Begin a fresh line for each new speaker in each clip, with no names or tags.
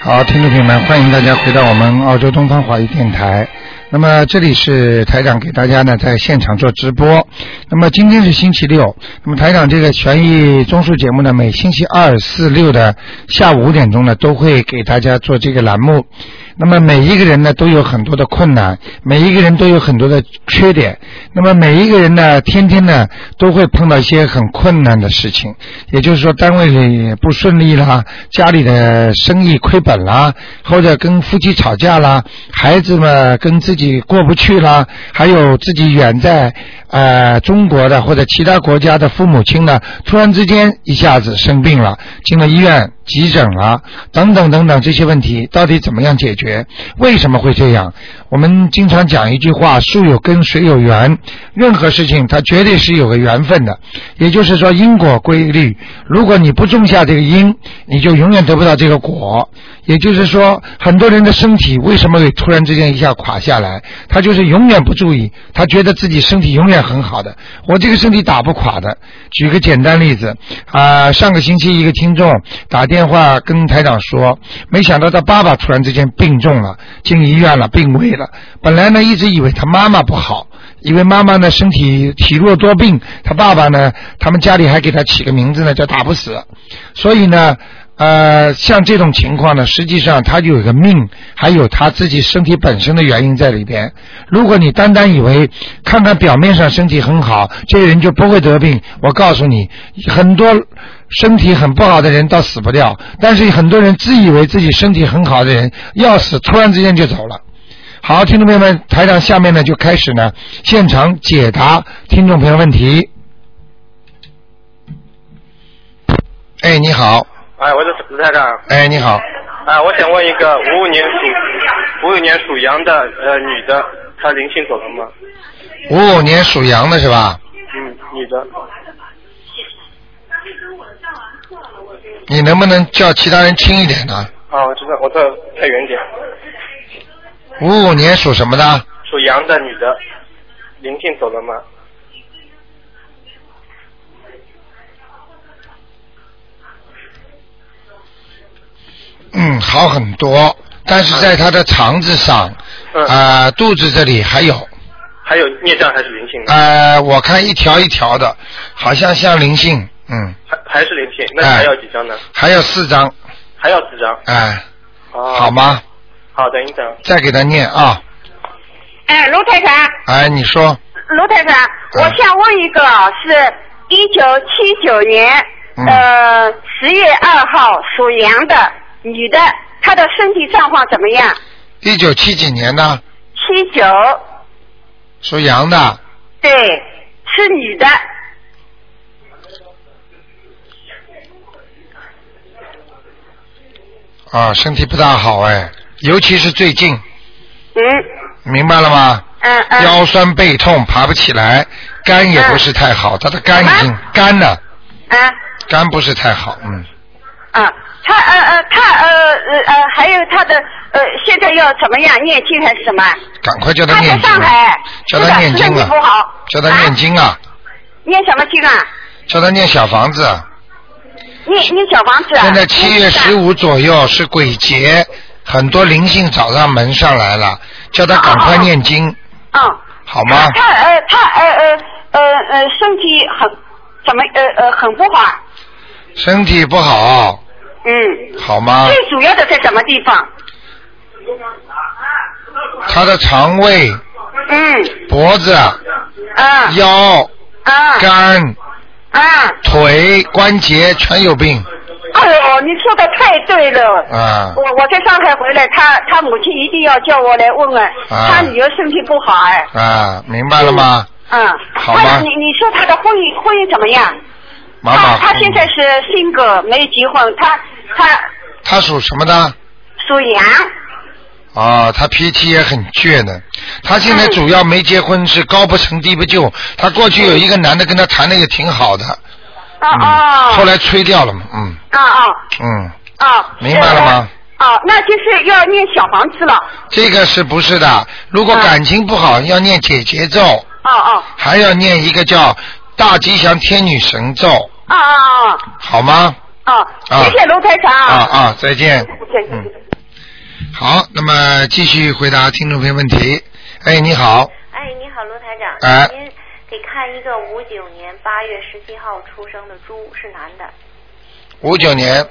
好，听众朋友们，欢迎大家回到我们澳洲东方华语电台。那么这里是台长给大家呢在现场做直播。那么今天是星期六，那么台长这个权益综述节目呢，每星期二、四、六的下午五点钟呢，都会给大家做这个栏目。那么每一个人呢都有很多的困难，每一个人都有很多的缺点，那么每一个人呢天天呢都会碰到一些很困难的事情，也就是说单位里不顺利啦，家里的生意亏本啦，或者跟夫妻吵架啦，孩子们跟自己过不去啦，还有自己远在呃中国的或者其他国家的父母亲呢，突然之间一下子生病了，进了医院。急诊啊，等等等等这些问题，到底怎么样解决？为什么会这样？我们经常讲一句话：树有根，水有源。任何事情它绝对是有个缘分的，也就是说因果规律。如果你不种下这个因，你就永远得不到这个果。也就是说，很多人的身体为什么会突然之间一下垮下来？他就是永远不注意，他觉得自己身体永远很好的，我这个身体打不垮的。举个简单例子啊、上个星期一个听众打电。电话跟台长说，没想到他爸爸突然之间病重了，进医院了，病危了。本来呢，一直以为他妈妈不好，因为妈妈呢身体体弱多病，他爸爸呢，他们家里还给他起个名字呢，叫打不死。所以呢，呃，像这种情况呢，实际上他就有个命，还有他自己身体本身的原因在里边。如果你单单以为看看表面上身体很好，这人就不会得病，我告诉你，很多身体很不好的人倒死不掉，但是很多人自以为自己身体很好的人，要死突然之间就走了。好，听众朋友们，台长下面呢就开始呢现场解答听众朋友问题。哎，你好，
哎，我是卢台长。
哎，你好，
哎，我想问一个五五年属五五年属羊的呃女的，她灵性走了吗？
五五年哦属羊的是吧？
嗯，女的。
你能不能叫其他人轻一点呢？
啊，我知道，我这太远点。
五五年属什么的？
属羊的女的，灵性走了吗？
嗯，好很多，但是在他的肠子上，
嗯
啊，肚子这里还有，
还有孽障还是灵性的？啊
呃，我看一条一条的，好像像灵性，嗯，
还还是灵性？那
哎
还要几张呢？
还有四张，
还要几张？
哎、
哦，
好？吗？
好，等一等。
再给他念啊，
哎，卢台长，
哎，你说，
卢台长，
嗯
我想问一个，啊是一九七九年，
嗯
呃，十月二号属羊的女的，她的身体状况怎么样？
一九七几年呢？
七九，
属羊的，
对，是女的，
啊，身体不大好哎，尤其是最近，
嗯
明白了吗？
嗯嗯，
腰酸背痛，爬不起来，肝也不是太好，他的肝已经干了，
嗯
肝不是太好，嗯，
嗯，她呃呃她呃呃呃还有她的呃现在要怎么样念经还是什么？
赶快叫
她
他
在
念经
上
啊，
海，
叫
是
他
的
念经
身体
啊
不好，，
叫他念
啊
经啊，
念什么经啊？
叫他念小房子。
念念小房子啊。
现在七月
念经啊
十五左右是鬼节，很多灵性找上门上来了，叫他赶快念经，
嗯，
好吗
他？他呃他呃呃呃呃身体很怎么呃呃很不好，
身体不好，
嗯，
好吗？
最主要的在什么地方？
他的肠胃、
嗯，
脖子、
啊
腰、
啊
肝、
啊！
腿关节全有病
哎呦，你说的太对了。
啊
我我在上海回来，他他母亲一定要叫我来问哎，
啊
他女儿身体不好哎，
啊！明白了吗？
嗯，
好
他
吧
你你说他的婚姻婚姻怎么样？
马马虎虎
啊他他现在是 single 没结婚，他他
他属什么的？
属羊，
啊，他脾气也很倔呢。他现在
嗯
主要没结婚，是高不成低不就。他过去有一个男的跟他谈的也挺好的，
啊
嗯
哦，
后来吹掉了嘛，嗯
啊啊
嗯，
啊，
明白了吗
呃？哦、那就是要念小房子了。
这个是不是的？如果
嗯
感情不好，要念解结咒，
哦哦
还要念一个叫大吉祥天女神咒，
哦哦
好吗？
哦哦，
啊
谢谢卢台长。
啊啊，再见。
再见
嗯。好，那么继续回答听众朋友问题。哎，你好，
哎，你好，罗台长。
哎
您给看一个五九年八月十七号出生的猪，是男的。
五九年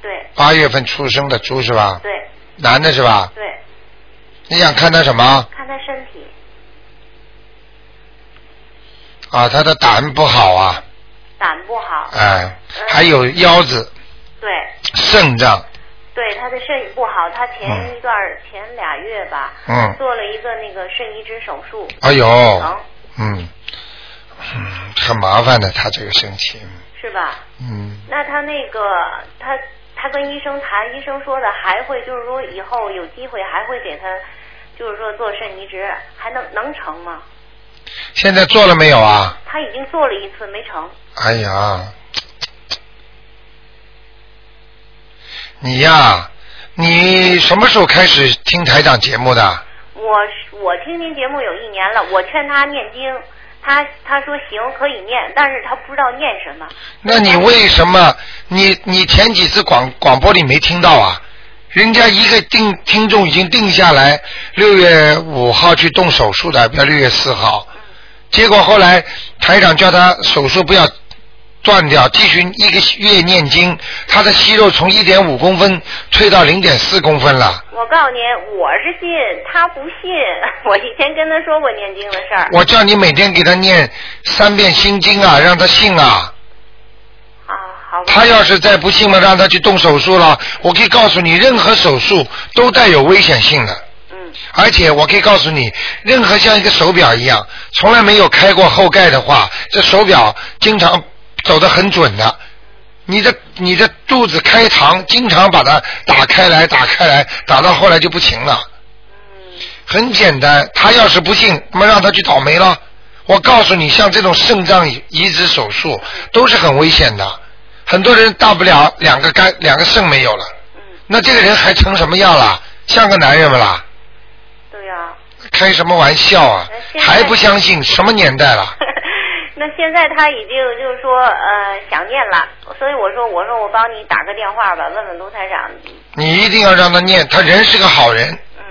对
八月份出生的猪是吧？
对
男的是吧？
对，
你想看他什么
看他身体。
啊？他的胆不好啊，
胆不好，嗯
哎，还有腰子、
对
肾脏，
对，他的肾不好。他前一段儿、前俩月吧，
嗯
做了一个那个肾移植手术。
哎呦
疼，
嗯，嗯，很麻烦的，他这个身体，
是吧？
嗯，
那他那个他他跟医生谈，医生说的还会就是说以后有机会还会给他，就是说做肾移植，还能能成吗？
现在做了没有啊？
他已经做了一次没成，
哎呀，你呀、你什么时候开始听台长节目的？
我是我听您节目有一年了，我劝他念经，他他说行可以念，但是他不知道念什么。
那你为什么你你前几次广广播里没听到啊？人家一个定听众已经定下来，六月五号去动手术的，不要六月四号。结果后来台长叫他手术不要断掉，继续一个月念经，他的息肉从一点五公分退到零点四公分了。
我告诉您，我是信，他不信。 我以前跟他说过念经的事儿。
我叫你每天给他念三遍心经啊，让他信啊。
啊，好吧。
他要是再不信了，让他去动手术了。我可以告诉你，任何手术都带有危险性的，
嗯
而且我可以告诉你，任何像一个手表一样，从来没有开过后盖的话，这手表经常走得很准的。你的你的肚子开膛，经常把它打开来，打开来，打到后来就不行了。
嗯
很简单，他要是不信，那么让他去倒霉了。我告诉你，像这种肾脏移移植手术都是很危险的，很多人大不了两个肝、两个肾没有了，
嗯，
那这个人还成什么样了？像个男人不啦？
对呀、
开什么玩笑啊
呃！现在
还不相信？什么年代了？
那现在他已经就是说呃想念了，所以我说我说我帮你打个电话吧，问问卢台长。
你一定要让他念，他人是个好人，
嗯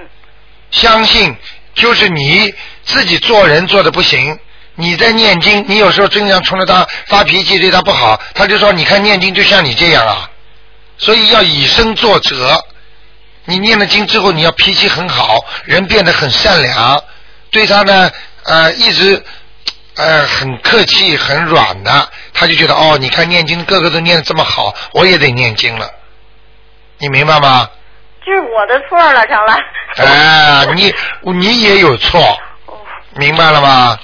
相信就是你自己做人做的不行，你在念经，你有时候经常冲着他发脾气，对他不好，他就说你看念经就像你这样啊，所以要以身作则。你念了经之后，你要脾气很好，人变得很善良，对他呢，呃，一直呃很客气、很软的，他就觉得哦，你看念经个个都念得这么好，我也得念经了，你明白吗？
这是我的错了，成了。
哎，你你也有错，
哦
明白了吗？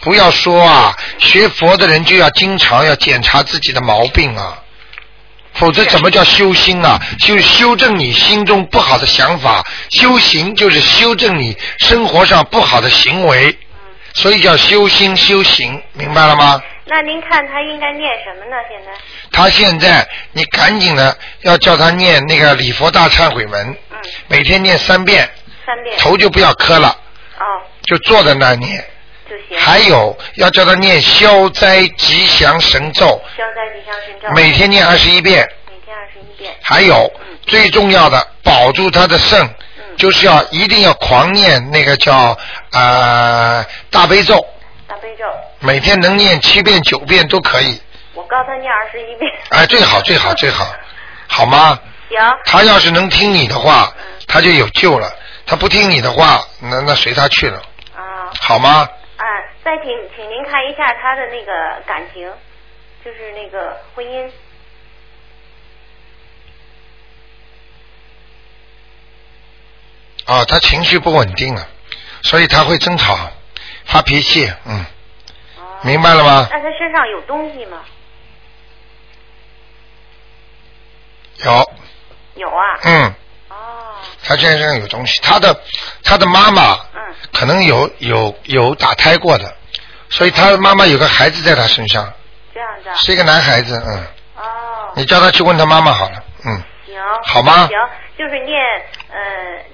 不要说啊，学佛的人就要经常要检查自己的毛病啊，否则怎么叫修心啊？修修正你心中不好的想法，修行就是修正你生活上不好的行为，
嗯，
所以叫修心修行，明白了吗？
那您看他应该念什么呢？现在？
他现在你赶紧的要叫他念那个礼佛大忏悔文，
嗯，
每天念三遍，
三遍。
头就不要磕了，
哦，
就坐在那儿念。
就行。
还有要叫他念消灾吉祥神咒，
消灾吉祥神咒。
每天念二十一遍。
每天二十一遍。
还有
嗯
最重要的，保住他的肾，
嗯。
就是要一定要狂念那个叫呃大悲咒，
大悲咒，
每天能念七遍九遍都可以，
我告诉他念二十一遍。
哎，最好最好最好，好吗？
行。
他要是能听你的话
嗯，
他就有救了；他不听你的话，那那随他去了，
啊
好吗？
啊！再请请您看一下他的那个感情，就是那个婚姻。
啊，他情绪不稳定了，啊所以他会争吵、发脾气，嗯，
啊。
明白了吗？
那他身上有东西吗？
有，
有啊。
嗯，
哦。
他身上有东西，他的他的妈妈
嗯。
可能有有有打胎过的，所以他的妈妈有个孩子在他身上，
这样的。
是一个男孩子，嗯，
哦。
你叫他去问他妈妈好了，嗯，
行。
好吗
行，就是念呃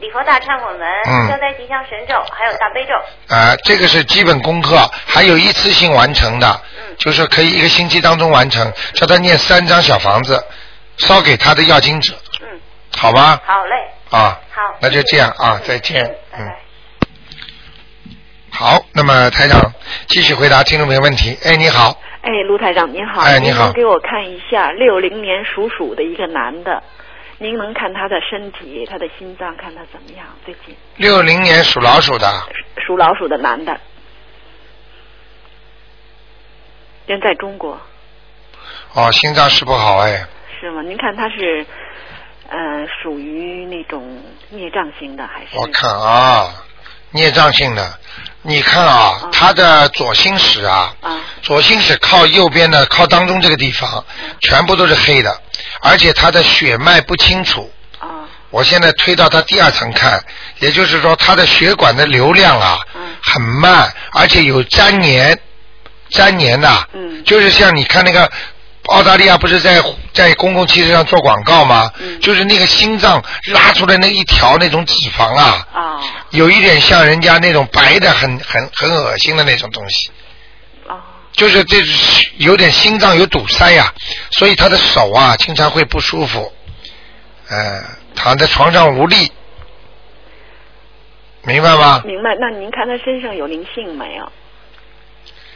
礼佛大忏悔文、
嗯
消灾吉祥神咒，还有大悲咒。
啊、这个是基本功课，还有一次性完成的，
嗯。
就是可以一个星期当中完成，叫他念三张小房子，烧给他的要经者，
嗯，
好吗？
好嘞。
啊。
好，
那就这样啊，再见。
拜
嗯
拜。。
好，那么台长继续回答听众朋友问题。哎，你好，
哎，卢台长您好，
哎你好
您能给我看一下六零年属鼠的一个男的，您能看他的身体、他的心脏，看他怎么样？最近
六零年属老鼠的，
属属老鼠的男的，人在中国
哦，心脏是不好哎，
是吗？您看他是，呃，属于那种孽障型的还是？
我看啊，孽障性的，你看啊
啊，
他的左心室啊，
啊
左心室靠右边的靠当中这个地方，
嗯
全部都是黑的，而且他的血脉不清楚。
啊
我现在推到他第二层看，也就是说他的血管的流量啊、
嗯
很慢，而且有粘连，粘连呐、
嗯
就是像你看那个澳大利亚不是在在公共汽车上做广告吗？
嗯
就是那个心脏拉出来那一条那种脂肪啊，
啊
有一点像人家那种白的很很很恶心的那种东西，
啊
就是这是有点心脏有堵塞呀、所以他的手啊经常会不舒服，呃，躺在床上无力，明白吗？
明白。那您看他身上有灵性没有？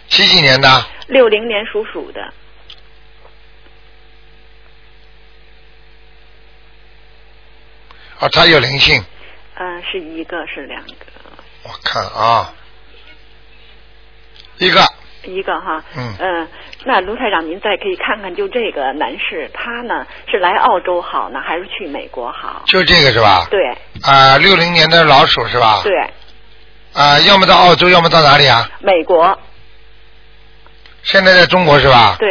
几几年的？
六零年属鼠的，
啊，他有灵性，
嗯、是一个是两个？
我看啊，一个
一个哈，
嗯
呃，那卢台长，您再可以看看，就这个男士，他呢是来澳洲好呢，还是去美国好？
就这个是吧？
对
啊，六零年的老鼠是吧？
对，
啊，要么到澳洲，要么到哪里啊？
美国
现在在中国是吧？
对，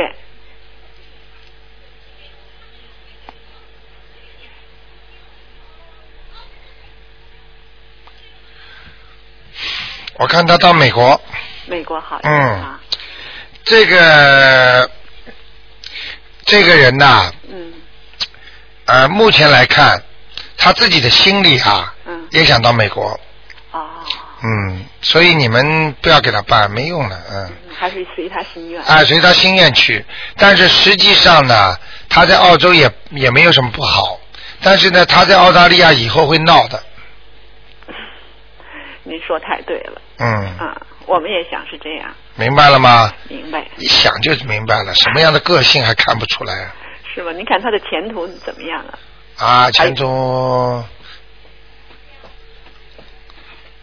我看他到美国，
美国好。
嗯
啊，
这个这个人呐、
嗯
呃，目前来看，他自己的心里啊，
嗯
也想到美国，
哦，
嗯，所以你们不要给他办，没用的，嗯，
嗯还是随他心愿。
啊、随他心愿去。但是实际上呢，他在澳洲也也没有什么不好，但是呢，他在澳大利亚以后会闹的，
您说太对了，
嗯，
啊，我们也想是这样，
明白了吗？
明白
一想就明白了，什么样的个性还看不出来啊？
是吧？您看他的前途怎么样啊？
啊，前途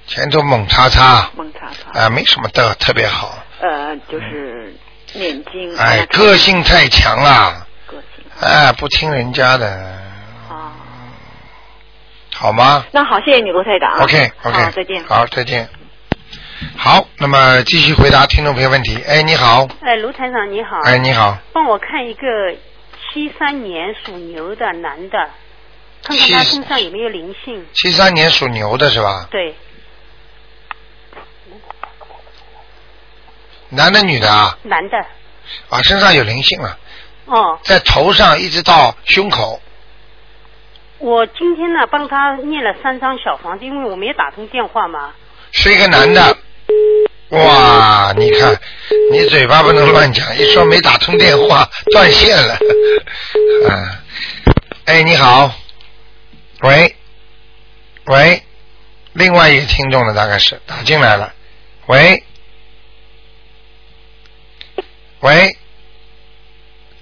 前途猛叉叉，
孟查查，
啊，没什么的特别好，
呃，就是念经，
哎，
那
个性太强了，
个性
哎，不听人家的，
啊。
好吗
那好，谢谢你，卢台长啊。
？OK OK，
好，再见。
好，再见。好，那么继续回答听众朋友问题。哎，你好，
哎，卢台长你好，
哎，你好，
帮我看一个七三年属牛的男的，看看他
73
身上有没有灵性。
七三年属牛的是吧？
对，
男的女的啊？
男的，
啊，身上有灵性了，
哦，
在头上一直到胸口。
我今天呢帮他念了三张小房子，因为我没打通电话嘛。
是一个男的。哇，你看，你嘴巴不能乱讲，一说没打通电话断线了。 啊，哎，你好，喂，喂，另外一个听众呢，大概是打进来了，喂，喂，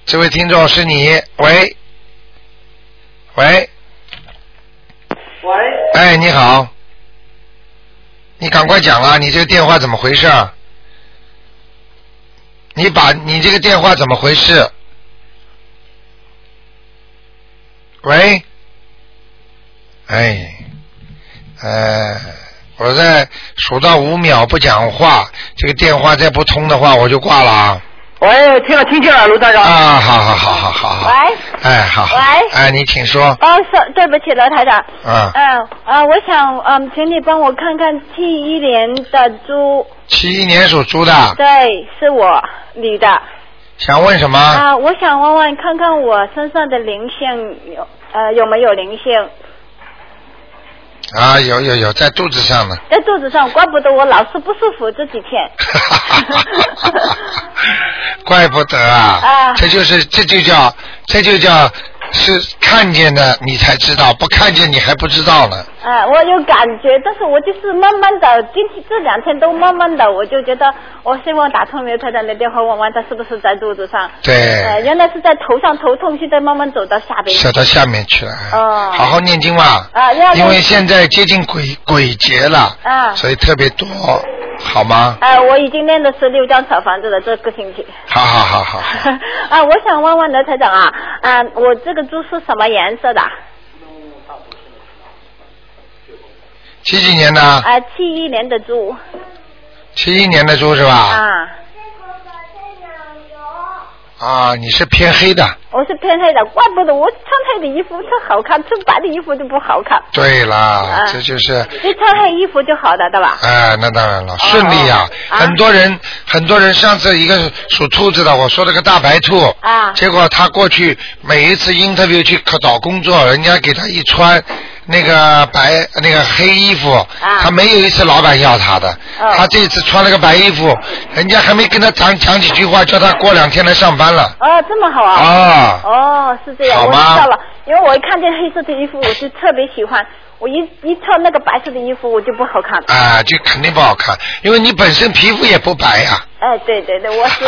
这位听众是你，喂，喂，
喂，
哎，你好，你赶快讲啊！你这个电话怎么回事啊？你把你这个电话怎么回事？喂，哎，呃，我在数到五秒不讲话，这个电话再不通的话我就挂了啊！
喂，听了听见了，卢站长。
啊，好好好好好好，
喂，
哎好，
喂
哎你请说，
哦，是，对不起，罗台长。
啊，
嗯啊、呃我想嗯、请你帮我看看七一年的猪，
七一年属猪的，
对，是我女的
想问什么？
啊、我想问问看看我身上的灵性有呃有没有灵性
啊，有有有，在肚子上呢。
在肚子上，怪不得我老是不舒服这几 天。
怪不得啊，啊
啊
这就是这就叫这就叫是看看见了你才知道，不看见你还不知道呢。
呃，我有感觉，但是我就是慢慢的，近期这两天都慢慢的，我就觉得，我希望打通刘台长的电话，问问他是不是在肚子上。呃，
对，
原来是在头上头痛，现在慢慢走到下边。
射哎到下面去了。
哦
好好念经吧。
啊要念
因为现在接近鬼鬼节了，
啊
所以特别多，好吗？
呃，我已经念了十六张小房子了，这个星期。
好好好好。
啊，我想问问刘台长啊，啊，我这个猪是什么颜色的？
七几年的？
啊，七一年的猪。
七一年的猪是吧？
啊，
啊，你是偏黑的。
我是偏黑的，怪不得我穿黑的衣服特好看，穿白的衣服就不好看。
对啦，
啊
这就是
就穿黑衣服就好了，对吧？
哎，那当然了，顺利呀、
哦啊
很多人，很多人上次一个属兔子的，我说了个大白兔，
啊
结果他过去每一次 interview 去找工作，人家给他一穿那个白那个黑衣服，他没有一次老板要他的，
啊哦
他这次穿了个白衣服，人家还没跟他讲讲几句话，叫他过两天来上班了，
哦，这么好啊！
啊
哦，是这样，
好
我知
吗
道了。因为我一看见黑色的衣服，我就特别喜欢。我一一穿那个白色的衣服，我就不好看。
啊，就肯定不好看，因为你本身皮肤也不白啊呀、。
哎，对对对，我是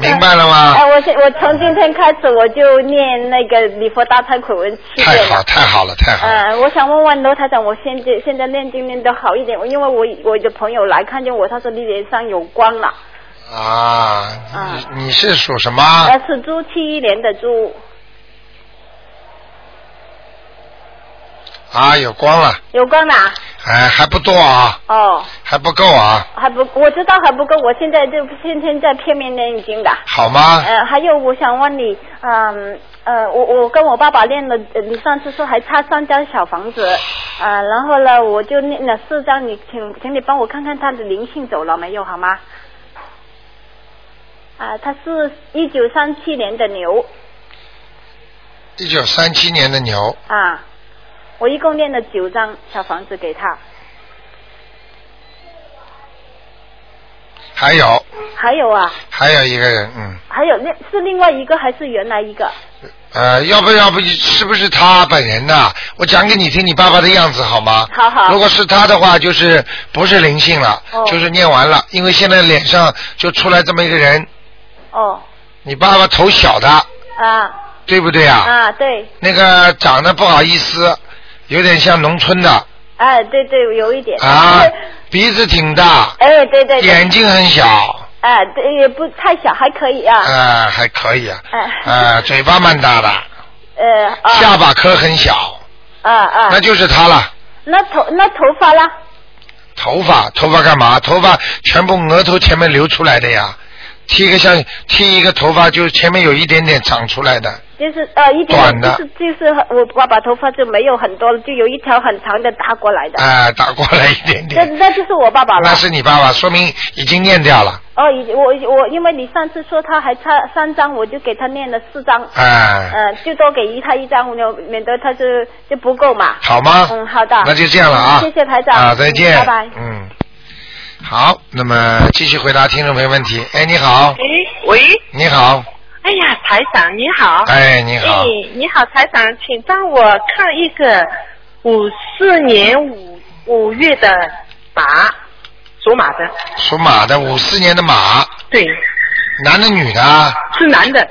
明白了吗
哎，我现我从今天开始我就念那个礼佛大忏悔文七
太
遍
好，
了。
太好了，太好了。
嗯，我想问问罗台长，我现在现在念经念的好一点，因为我我的朋友来看见我，他说你脸上有光了，
啊，你你是属什么？
呃，是猪七一年的猪，
啊，有光了，
有光啦，
哎，还不多啊，
哦，
还不够啊，
还不，我知道还不够，我现在就天天在片面念经的。
好吗？
呃，还有我想问你，嗯呃，我我跟我爸爸练了，呃你上次说还差三张小房子，呃，然后呢，我就练了四张，你请请你帮我看看他的灵性走了没有好吗？啊、他是一九三七年的牛
一九三七年的牛，
啊，我一共练了九张小房子给他，
还有
还有啊，
还有一个人，嗯，
还有另是另外一个还是原来一个？
呃，要不要不是不是他本人呐？我讲给你听，你爸爸的样子好吗？
好好
如果是他的话，就是不是灵性了，
哦
就是念完了，因为现在脸上就出来这么一个人，
哦
你爸爸头小的，
啊
对不对啊？
啊对，
那个长得不好意思，有点像农村的。
哎、对对有一点
啊
哎，
鼻子挺大，
哎对对对。
眼睛很小，
哎，对，也不太小，还可以啊。
啊，还可以啊，
哎
啊，嘴巴蛮大的，
呃，啊
下巴颏很小，
啊啊，
那就是他了。
那头那头发啦，
头发，头发干嘛？头发全部额头前面流出来的呀，剃一个像剃一个头发，就是前面有一点点长出来的，
就是呃一点
短
点，
的
就是就是呃我爸爸头发就没有很多了，就有一条很长的搭过来的，
啊，打过来一点
那
点。
那就是我爸爸了
那。是你爸爸，说明已经念掉了，
哦，已我我因为你上次说他还差三张，我就给他念了四张，
哎、
呃，就多给一他一张，我就免得他就就不够嘛。
好吗？
嗯好的
那就这样了啊。
谢谢台长
啊，再见。
嗯拜拜
嗯，好，那么继续回答听众朋友问题。哎，你好，
哎，喂，
你好，
哎呀，台长你好。
哎，你好
哎，，你好，台长，请帮我看一个五四年五五月的马，属马的，
属马的，五四年的马，
对，
男的女的啊？
是男的，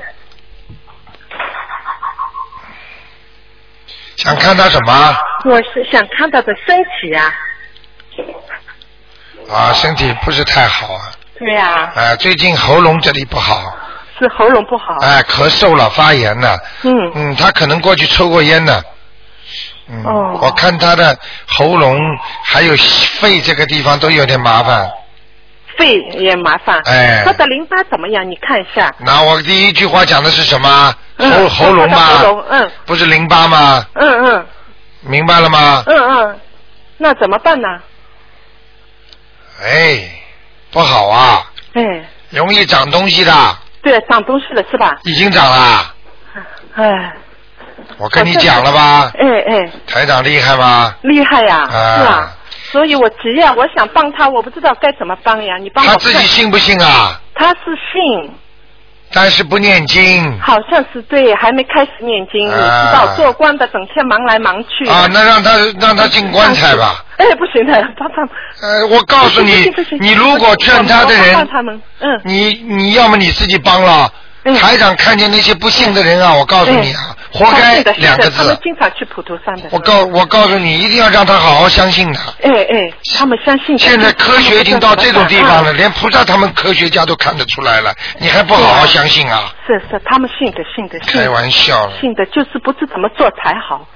想看他什么？
我是想看他的身体啊。
啊，身体不是太好啊，
对呀、
啊，最近喉咙这里不好，
是喉咙不好。
哎，咳嗽了，发炎了，
嗯
嗯，他可能过去抽过烟呢。嗯，
哦
我看他的喉咙还有肺这个地方都有点麻烦。
肺也麻烦。
哎
他的淋巴怎么样？你看一下。
那我第一句话讲的是什么？
嗯
喉喉咙
他的喉
吗
咙？嗯
不是淋巴吗？
嗯嗯
明白了吗？
嗯嗯，那怎么办呢？
哎，不好啊，
哎，
容易长东西的，
对，长东西了是吧？
已经长了。
哎，
我跟你讲了吧，
嗯
哎哎。
台长厉害吧？
厉害呀、
啊
是吧？所以我急呀、我想帮他，我不知道该怎么帮呀。你帮我
他
看，
自己信不信啊？
他是信，
但是不念经
好像是对，还没开始念经，我
啊
知道做官的整天忙来忙去。
啊，那让他让他进棺材吧。
哎，不行的，他他。
呃，我告诉你，你如果劝他的
我帮
人，
他们，嗯，
你你要么你自己帮了，台长看见那些不信的人啊，我告诉你啊，
对
活该
嗯哦是哎的是的
两个
他们
字。
经常去普陀山的。
我告我告诉你，一定要让他好好相信的。
哎哎，他们相信。
现在科学已经到这种地方了，
嗯
连菩萨他们科学家都看得出来了，你还不好好相信啊？
是是，他们信的信的信
开
的
玩笑了，
信的，就是不知怎么做才好。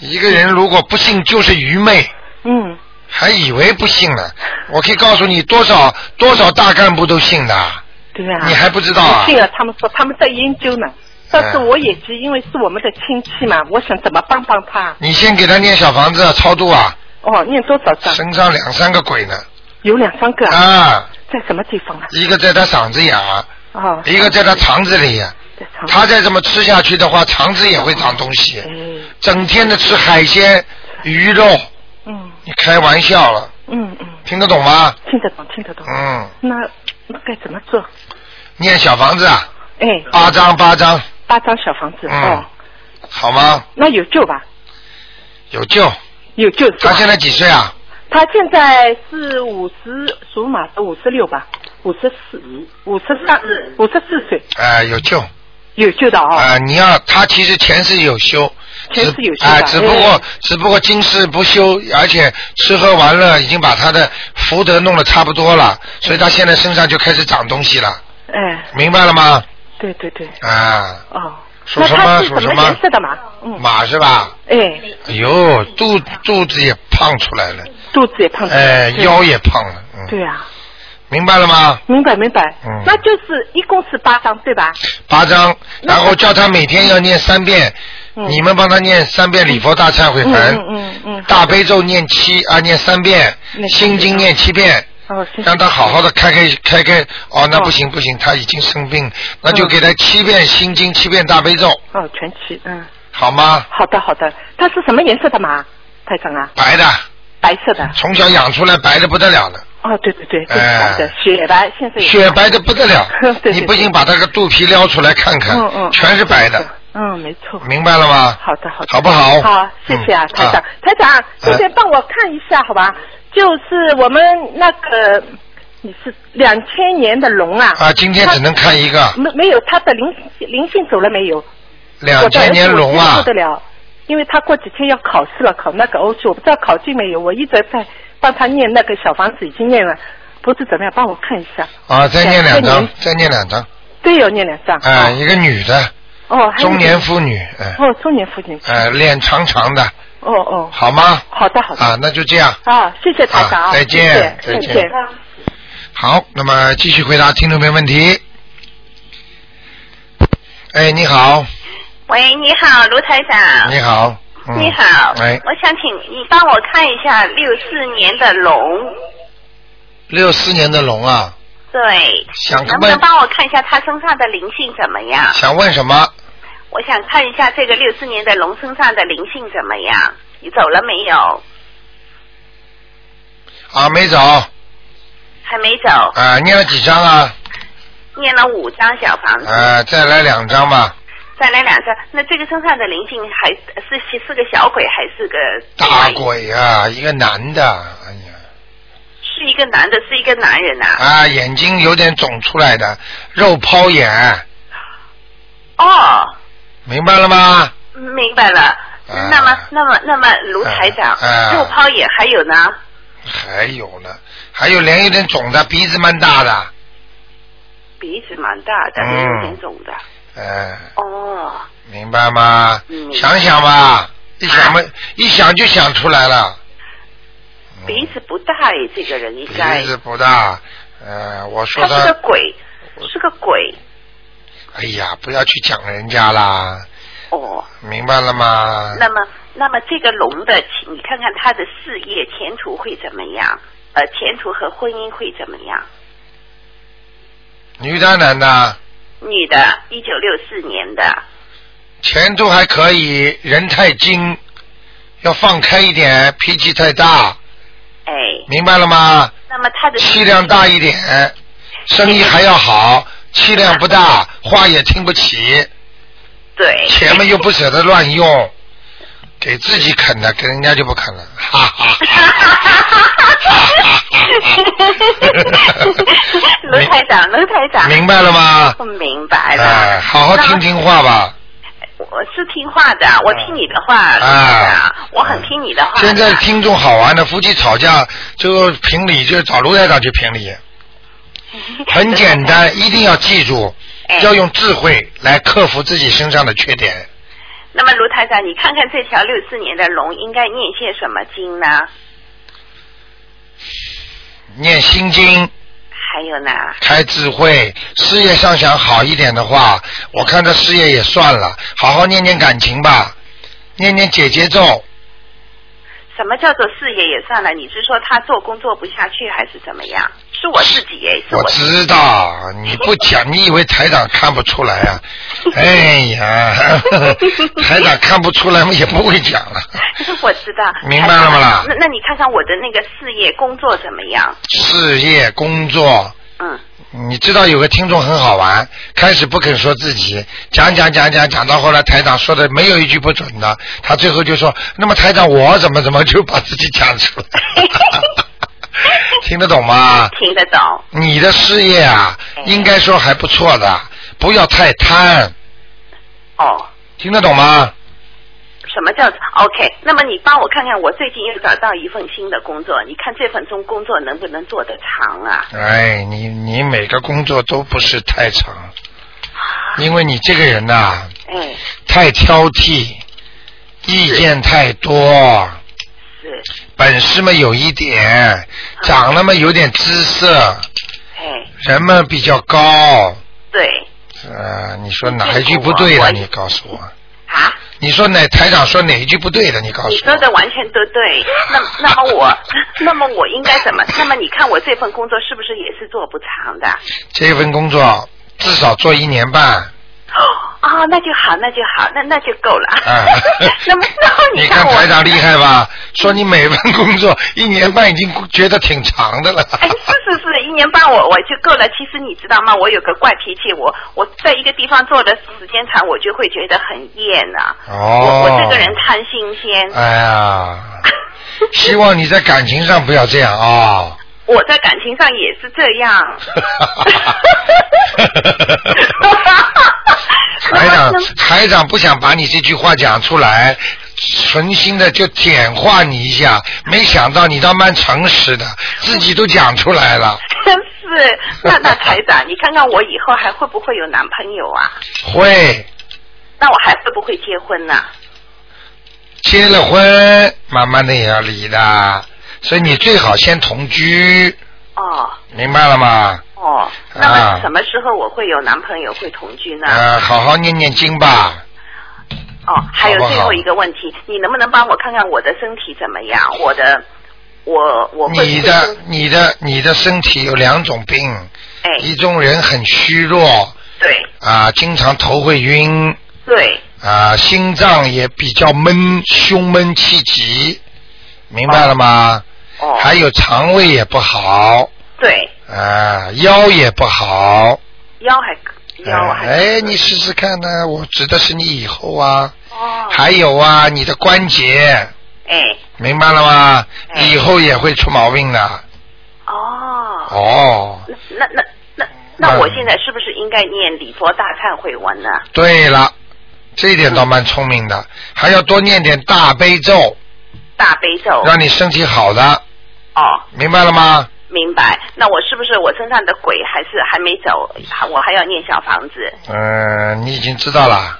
一个人如果不信就是愚昧，
嗯，
还以为不信呢。我可以告诉你，多少多少大干部都信的。
对呀、啊。
你还不知道啊
我信了，他们说他们在研究呢，但是
嗯
我也急，因为是我们的亲戚嘛，我想怎么帮帮他。
你先给他念小房子超度啊，
哦，念多少张？
身上两三个鬼呢，
有两三个
啊，
在什么地方啊？
一个在他嗓子眼儿，
哦，
一个在他肠子里，他再这么吃下去的话，肠子也会长东
哦
西。
哎
整天的吃海鲜、鱼肉，
嗯
你开玩笑了，
嗯嗯，
听得懂吗？
听得懂听得懂。
嗯，
那那该怎么做？
念小房子啊，
哎，
八张八张，
八张小房子、哦
嗯，，好吗？
那有救吧？
有救。
有救。
他现在几岁啊？
他现在是五十属马的五十六吧，五十四、五十三、五十四岁，
哎，有救。
有救的哦。
啊，你要他其实前世有修，
前世
只
有修
啊，
的
只不过
嗯
只不过今世不修，而且吃喝玩乐已经把他的福德弄得差不多了，所以他现在身上就开始长东西了，
哎，
明白了吗？
对对对，
啊，
哦。
属
那
什
他
么
是
属
什
什
么
么
颜？色的马？嗯，
马是吧？
哎，
哎呦，肚肚子也胖出来了，
肚子也胖出来
哎，
嗯了对
腰也胖了，嗯，
对啊，
明白了吗？
明白明白。
嗯
那就是一共是八张对吧？
八章，然后叫他每天要念三遍，
嗯
你们帮他念三遍礼佛大忏悔
嗯
文，
嗯嗯嗯。
大悲咒念七啊，念三遍，心经念七遍，
哦，行
让他好好的开开开开。哦，那不行不行，他已经生病，那
嗯
就给他七遍心经，七遍大悲咒，
哦，全齐，嗯，
好吗？
好的好的。它是什么颜色的马？台长啊，
白的，
白色的。
从小养出来白的不得了的，
哦，对对对，对，
嗯哎
白的，雪白，现在也
雪白的不得了
对。对对
你不信把他个肚皮撩出来看看
嗯嗯，
全是白的，
嗯，没错。
明白了吗？
好的，好的。
好不好
好，谢谢啊，
嗯
台长
啊。
台长，这边帮我看一下，好吧？就是我们那个，你是两千年的龙啊。
啊，今天只能看一
它。
个
没没有，他的灵灵性走了没有？
两千年龙
我
啊
受不，了，因为他过几天要考试了，考那个欧区，我不知道考进没有。我一直在帮他念那个小房子，已经念了，不知怎么样，帮我看一下。
啊，再念两
两千
张
年，
再念两张，
对，有念两张。
啊，一个女的，
哦，还有
中年妇女，嗯。
哦，中年妇女。
呃，脸长长的，
哦哦。
好吗？
好的好的。
啊，那就这样。
啊，谢谢台长啊，
啊再见
谢谢
再见
谢谢。
好，那么继续回答听众朋友问题。哎，你好，
喂，你好，卢台长。
你好，嗯、
你好，
哎，
我想请你帮我看一下六四年的龙，
六四年的龙啊，
对，
想
能不
问
能帮我看一下他身上的灵性怎么样？
想问什么？
我想看一下这个六四年的龙身上的灵性怎么样？你走了没有？
啊，没走，
还没走，
啊，念了几张啊？
念了五张小房子，
啊，再来两张吧。
再来两张。那这个身上的灵性还是是是个小鬼还是个
大
哎
鬼啊，一个男的，哎呀，
是一个男的，是一个男人呐、
啊，眼睛有点肿出来的，肉泡眼，啊
哦，
明白了吗？
明白了。
啊
那么，那么，那么，卢台长
啊，
肉泡眼还有呢？
还有呢，还有脸有点肿的，鼻子蛮大的，
鼻子蛮大的，
嗯
有点肿的。
嗯，
哦，
明白吗？
嗯
想想吧，一想嘛，一想就想出来了。
鼻子不大哎，这个人应
嗯
该
鼻。子不大，呃，我说
他
他
是，个鬼，是个鬼。
哎呀，不要去讲人家啦，
哦，
明白了吗？
那么，那么这个龙的，请你看看他的事业前途会怎么样？呃，前途和婚姻会怎么样？
女的男的，
女的，一九六四年的，
前途还可以，人太精，要放开一点，脾气太大，
哎，
明白了吗？
那么他的
气量大一点，生意还要好，气量不大，话也听不起。
对。
钱嘛又不舍得乱用，给自己啃的，给人家就不啃 了，哈哈哈。
哎 卢台长，卢台长，
明白了吗
我明白了。
哎，好好听听话 吧。嗯
我是听话的，我听你的话，卢台长，我很听你的话。
啊现 在听众好玩的，夫妻吵架就评理，就找卢台长去评理，很简单，一定要记住，
哎
要用智慧来克服自己身上的缺点。
那么卢台长，你看看这条六四年的龙应该念些什么经呢？
念心经，
还有呢？
开智慧，事业上想好一点的话，我看这事业也算了，好好念念感情吧，念念姐姐咒，
什么叫做事业也算了？你是说他做工做不下去，还是怎么样？是我自己耶，是
我知道你不讲， 你以为台长看不出来啊？哎呀， 台长看不出来嘛，也不会讲了。
我知道。
明白了吗啦
那那你看看我的那个事业工作怎么样？
事业、工作，
嗯，
你知道有个听众很好玩，开始不肯说自己，讲讲讲讲讲到后来，台长说的没有一句不准的，他最后就说，那么台长我怎么怎么就把自己讲出来， 听得懂吗？
听得懂。
你的事业啊，应该说还不错的，不要太贪。
哦。
听得懂吗？
什么叫 OK？那么你帮我看看，我最近又找到一份新的工作，你看这份中工作能不能做得长啊？
哎，你你每个工作都不是太长，因为你这个人呐、
哎，
太挑剔，意见太多。
是。
本事嘛有一点，长了嘛有点姿色，
哎，
人嘛比较高。
对，
呃，你说哪一句不对的？
我我
你告诉我。啊？你说哪台长说哪一句不对的？你告诉
你
我。
说的完全都对。那 那么我，那么我应该怎么？那么你看我这份工作是不是也是做不长的？
这份工作至少做一年半。
哦，那就好，那就好，那那就够了。
啊
那么，然后
你
看
看
我
台长厉害吧？说你每份工作一年半已经觉得挺长的了。
哎是是是，一年半我我就够了。其实你知道吗？我有个怪脾气，我我在一个地方做的时间长，我就会觉得很厌啊。
哦。
我我这个人贪新鲜，
哎呀，希望你在感情上不要这样 啊、
我在感情上也是这 样。
台长，台长不想把你这句话讲出来，存心的就简化你一下。没想到你倒蛮诚实的，自己都讲出来了。
真是，那那台长， 你看看我以后还会不会有男朋友啊？
会
那我还会不会结婚呢、
结了婚，慢慢的也要离的，所以你最好先同居，
哦
明白了吗？
哦，
啊
那么什么时候我会有男朋友，会同居呢？
呃，好好念念经吧。
哦，还
好
有
不好
最后一个问题，你能不能帮我看看我的身体怎么样？我的，我我会
你的、你的、你的身体有两种病，
哎
一种人很虚弱
对
啊，经常头会晕
对
啊，心脏也比较闷，胸闷气急，明白了吗？
哦
还有肠胃也不好
对
啊，腰也不好。
腰还可
啊哎，你试试看呢、我指的是你以后啊。哦。还有啊，你的关节，
哎
明白了吗？以后也会出毛病的。
哦，
哦，
那那那那
嗯
我现在是不是应该念礼佛大忏悔文呢？
对了，这一点倒蛮聪明的，还要多念点大悲咒，
大悲咒
让你身体好的，
哦，
明白了吗？
明白。那我是不是我身上的鬼还是还没走？还我还要念小房子？
嗯、你已经知道了，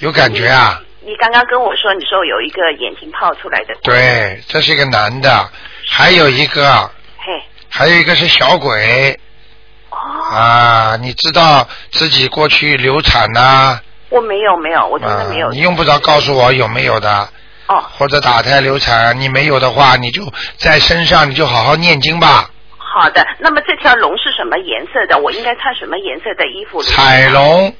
有感觉啊？
你刚刚跟我说，你说有一个眼睛泡出来的，
对，这是一个男的，还有一个，啊
嘿，
还有一个是小鬼。
哦
啊，你知道自己过去流产呐、
我没有没有，我真的没有。
嗯，你用不着告诉我有没有的。
哦。
或者打胎流产，你没有的话，你就在身上，你就好好念经
哦
吧。
好的，那么这条龙是什么颜色的？我应该穿什么颜色的衣服？
彩龙，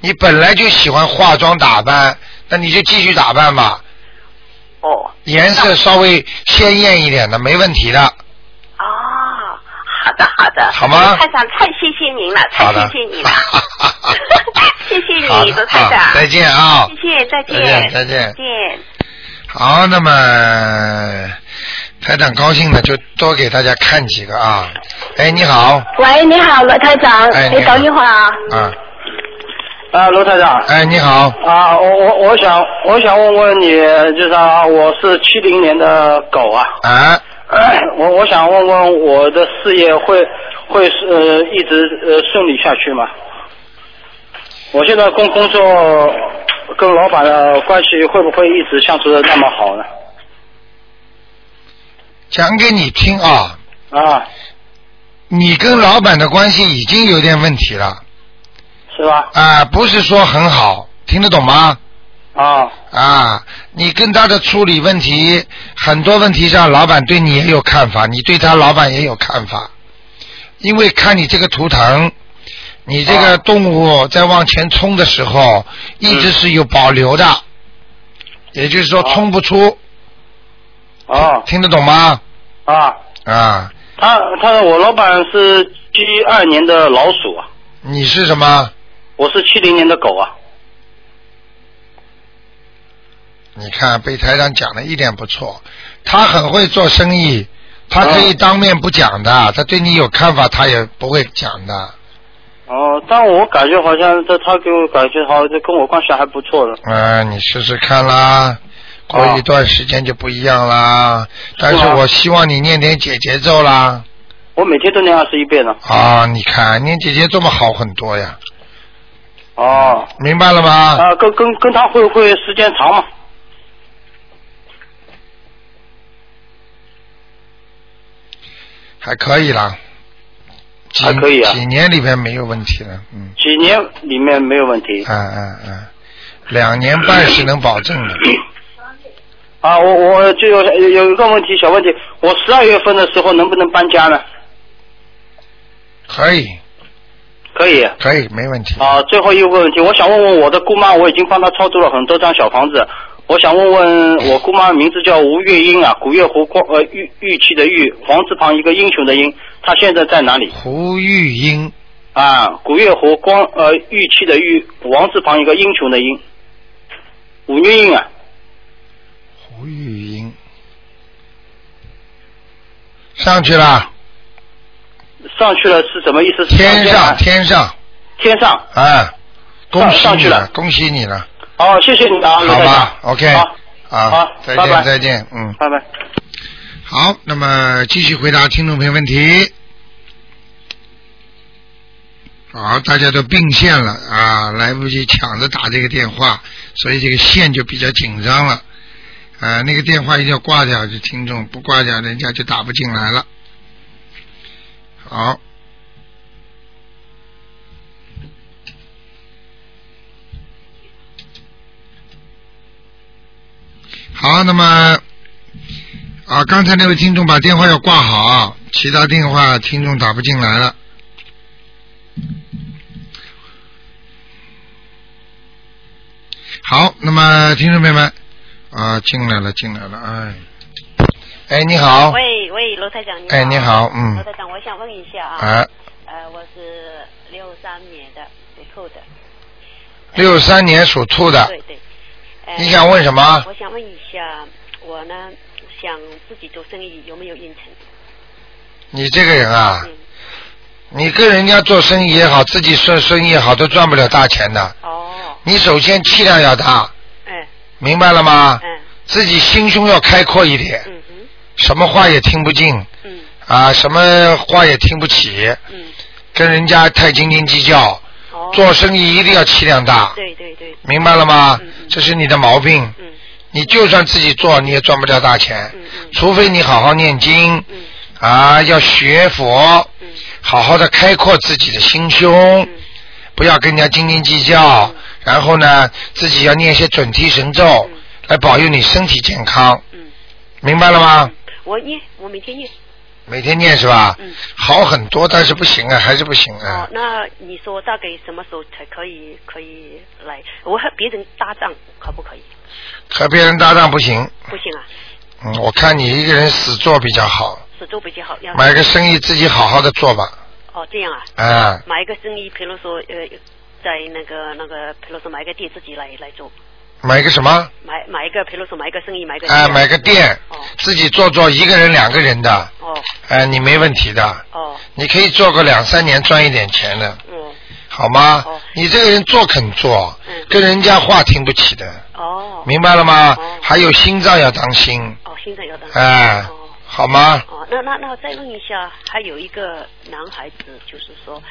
你本来就喜欢化妆打扮，那你就继续打扮吧。
哦。
颜色稍微鲜艳一点的，没问题的。
啊，的，好的。
好吗
台长，太谢谢您了，太
好的
谢谢你了，谢谢
好
你，
的
罗台长
好。再见啊
谢谢，再见，
再见再见
见。
好，那么台长高兴呢，就多给大家看几个啊。哎，你好，
喂，你好，啊罗台长，
哎你好
你等一会儿啊。
啊，
啊，罗台长。
哎，你好。
啊，我我我想我想问问你，就是啊，我是七零年的狗啊。
啊。
嗯
我我想问问我的事业会会是、呃、一直呃顺利下去吗？我现在工工作跟老板的关系会不会一直相处的那么好呢？
讲给你听啊。
啊。
你跟老板的关系已经有点问题了。
是吧？
啊，不是说很好，听得懂吗？
啊。
啊，你跟他的处理问题，很多问题上，老板对你也有看法，你对他老板也有看法，因为看你这个图腾，你这
啊
个动物在往前冲的时候，一直是有保留
嗯
的，也就是说
啊
冲不出。
哦。
听得懂吗？
啊，
啊，
他他我老板是七二年的老鼠啊，
你是什么？
我是七零年的狗啊。
你看被台长讲的一点不错，他很会做生意，他可以当面不讲的，他对你有看法他也不会讲的，
哦，但我感觉好像这他给我感觉好像这跟我关系还不错的。
嗯、你试试看啦，过一段时间就不一样啦。但是
是吗
我希望你念点解结咒啦，
我每天都念二十一遍呢。
啊，你看念解结咒嘛好很多呀，
哦。
明白了吗？
啊，跟跟跟他会会时间长嘛？
还可以啦，几
还可以啊
几年里边没有问题了，嗯
几年里面没有问题。
嗯嗯嗯，两年半是能保证 的，
啊，我我就有有有一个问题，小问题，我十二月份的时候能不能搬家呢？
可以
可以。
可以没问题。
啊，最后一个问题，我想问问我的姑妈，我已经帮她操作了很多张小房子，我想问问我姑妈名字叫吴月英啊，古月湖光呃玉玉器的玉，黄字旁一个英雄的英，她现在在哪里？
胡玉英。
啊，古月湖光呃玉器的玉，王字旁一个英雄的英，吴月英啊，
胡玉英上去了，
上去了是什么意思？是
天上
上
天上
天上，
啊！恭喜
上上
你
去了
恭喜你了，
哦，谢谢你啊，
好吧？OK，
好
啊
好，
再
拜拜
见再见，嗯，
拜拜。
好，那么继续回答听众朋友问题。好，大家都并线了啊，来不及抢着打这个电话，所以这个线就比较紧张了。啊，那个电话一定要挂掉，这听众不挂掉，人家就打不进来了。好。好，那么啊，刚才那位听众把电话要挂好啊，其他电话听众打不进来了。好，那么听众朋友们啊，进来了，进来了，哎，哎，你好，
喂喂，罗台长，你好。
哎你好嗯
罗台长，我想问一下啊。
哎。
呃，我是六三年的，属兔的。
六三年属兔的，
对对。呃
你想问什么
我想问一下，我呢想自己做生意有没有运程？
你这个人啊，你跟人家做生意也好，自己做生意也好，都赚不了大钱的。哦。你首先气量要大。
嗯。
明白了吗？嗯。自己心胸要开阔一点。嗯什么话也听不进。嗯。啊，什么话也听不起。嗯。跟人家太斤斤计较。哦。做生意一定要气量大。
对对对。
明白了吗？这是你的毛病。你就算自己做，你也赚不了大钱。除非你好好念经，啊，要学佛，好好的开阔自己的心胸，不要跟人家斤斤计较。然后呢，自己要念一些准提神咒，来保佑你身体健康。明白了吗？
我念，我每天念。
每天念是吧？
嗯
好很多，但是不行啊，还是不行啊。
哦，那你说大概什么时候才可以可以来？我和别人搭档可不可以？
和别人搭档不行，
不行啊，
嗯，我看你一个人死做比较好。
子都比较好。要
买个生意自己好好的做吧。
哦，这样啊。
啊
买一个生意，比如说呃，在那个那个，比如说买一个店自己来来做。
买个什么？
买买一个，比如说买一个生意，买一个
哎、
店
买个店，自己做做，一个人、两个人的，
哦
哎、你没问题的。
哦。
你可以做个两三年，赚一点钱的。
嗯。
好吗？你这个人做肯做，跟人家话听不起的。
哦。
明白了吗？还有心脏要当心。
哦，现在要当。
哎，好吗？
哦，那那那再问一下，还有一个男孩子，就是说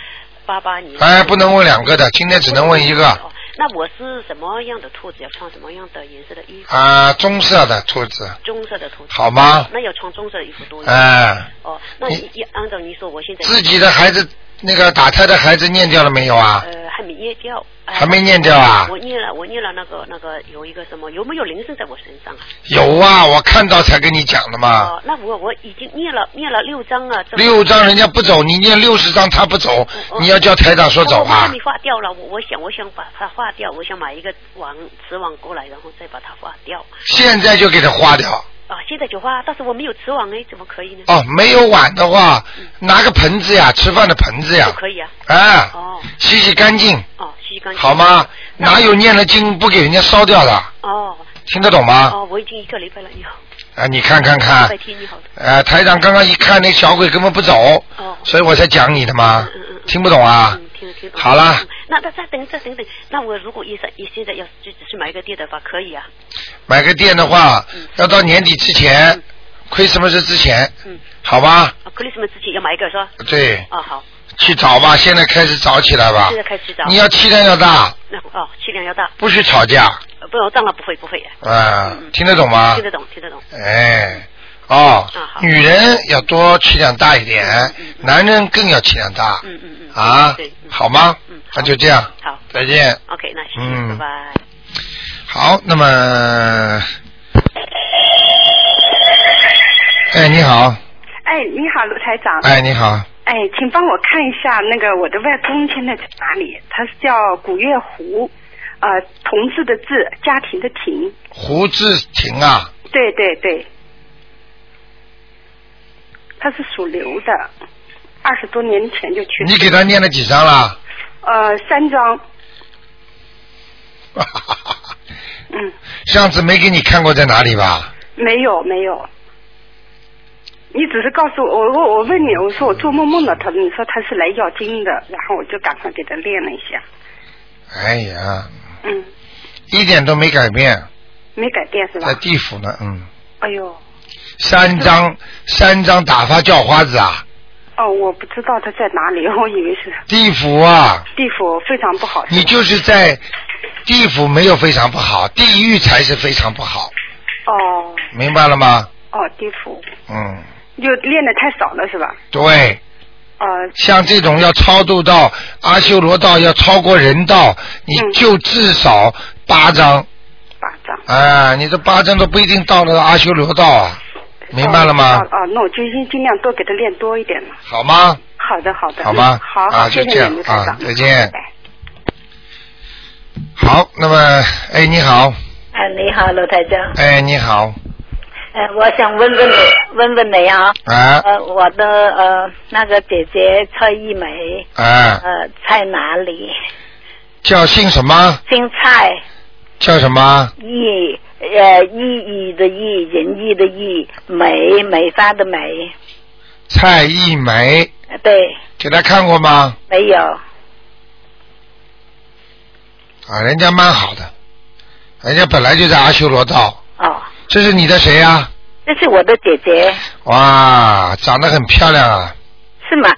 八八年。
哎，不能问两个的，今天只能问一个
哦。那我是什么样的兔子？要穿什么样的颜色的衣服？
啊，棕色的兔子。
棕色的兔子。
好吗
那要穿棕色的衣服多一点。
哎，
哦，那你你按照你说，我现在
自己的孩子那个打胎的孩子念掉了没有啊？
呃，还没念掉。哎
还没念掉啊
我念了，我念了那个那个有一个什么，有没有铃声在我身上啊？
有啊，我看到才跟你讲的嘛。
哦，那我我已经念了念了六张啊。这
啊六张人家不走，你念六十张他不走，你要叫台长说走
哦我还
啊
没？化掉了，我我想我想把它化掉，我想买一个网磁网过来，然后再把它化掉。
现在就给他化掉。
啊，现在就化，但是我没有磁网哎，怎么可以呢？
哦，没有碗的话，拿个盆子呀，吃饭的盆子呀
不，可以啊。
哎，
哦
洗洗干净，
哦，吸干净。
好吗？哪有念了经不给人家烧掉的？
哦。
听得懂吗？
哦，我已经一个礼拜了，以后。
啊，你看看
一个礼
看
拜，天以后。
呃，台长刚刚一看那小鬼根本不走，所以我才讲你的嘛，听不懂啊？好啦，
那那再等再等等，那我如果也是也现在要是就只是买一个店的话，可以啊。
买个店的话，要到年底之前，亏什么是之前，好吧？
啊，Christmas 之前要买一个是吧？
对，
哦，好。
去找吧，现在开始找起来吧
现。在开始找。
你要气量要大。
那哦，气量要大。
不许吵架
呃。不，当然不会，不会。
啊，听得懂吗
听？得懂，听得懂。
哎，哦，女人要多气量大一点，男人更要气量大。嗯嗯嗯。啊，好吗？那就这样。
好。
再见。
OK，那谢谢，
嗯
拜拜。
好，那么，哎，你好，
哎，你好，卢台长。
哎，你好，
哎，请帮我看一下那个我的外公现在在哪里？他是叫古月湖，呃，同志的志，家庭的庭。
胡志婷啊，
对对对，他是属牛的，二十多年前就去世。
你给他念了几张了？
呃，三张。嗯，
上次没给你看过在哪里吧？
没有没有。你只是告诉我，我我问你，我说我做梦梦到他，你说他是来要经的，然后我就赶快给他练了一下，
哎呀，
嗯，
一点都没改变，
没改变是吧
在？地府呢，嗯，
哎呦，
三张三张打发叫花子啊，
哦，我不知道他在哪里， 我以为是
地府啊，
地府非常不 好。
你就是在地府没有非常不好，地狱才是非常不好，
哦
明白了吗？
哦，地府
嗯，
就练的太少了是吧？
对。
呃，
像这种要超度到阿修罗道，要超过人道，你
嗯
就至少八张。八张。啊，你这八张都不一定到了阿修罗道啊，明白了吗
哦？哦，那我就尽尽量多给他练多一点了。
好吗？
好的，好的，嗯
好吗？
好，
啊，
谢
就
谢
这样
你卢台
啊
长，
再见。好，那么，哎，你好，
哎，你好，罗台长。
哎，你好，
哎，我想问问你，问问你啊。
啊
呃，我的呃那个姐姐蔡一梅。
啊，
呃，在哪里？
叫姓什么？
姓蔡，
叫什么？
意呃意义的意，仁义的义，梅梅花的梅。
蔡一梅，
呃对，
给他看过吗？
没有。
啊，人家蛮好的，人家本来就在阿修罗道。
哦。
这是你的谁呀、
这是我的姐姐，
哇，长得很漂亮啊！
是吗？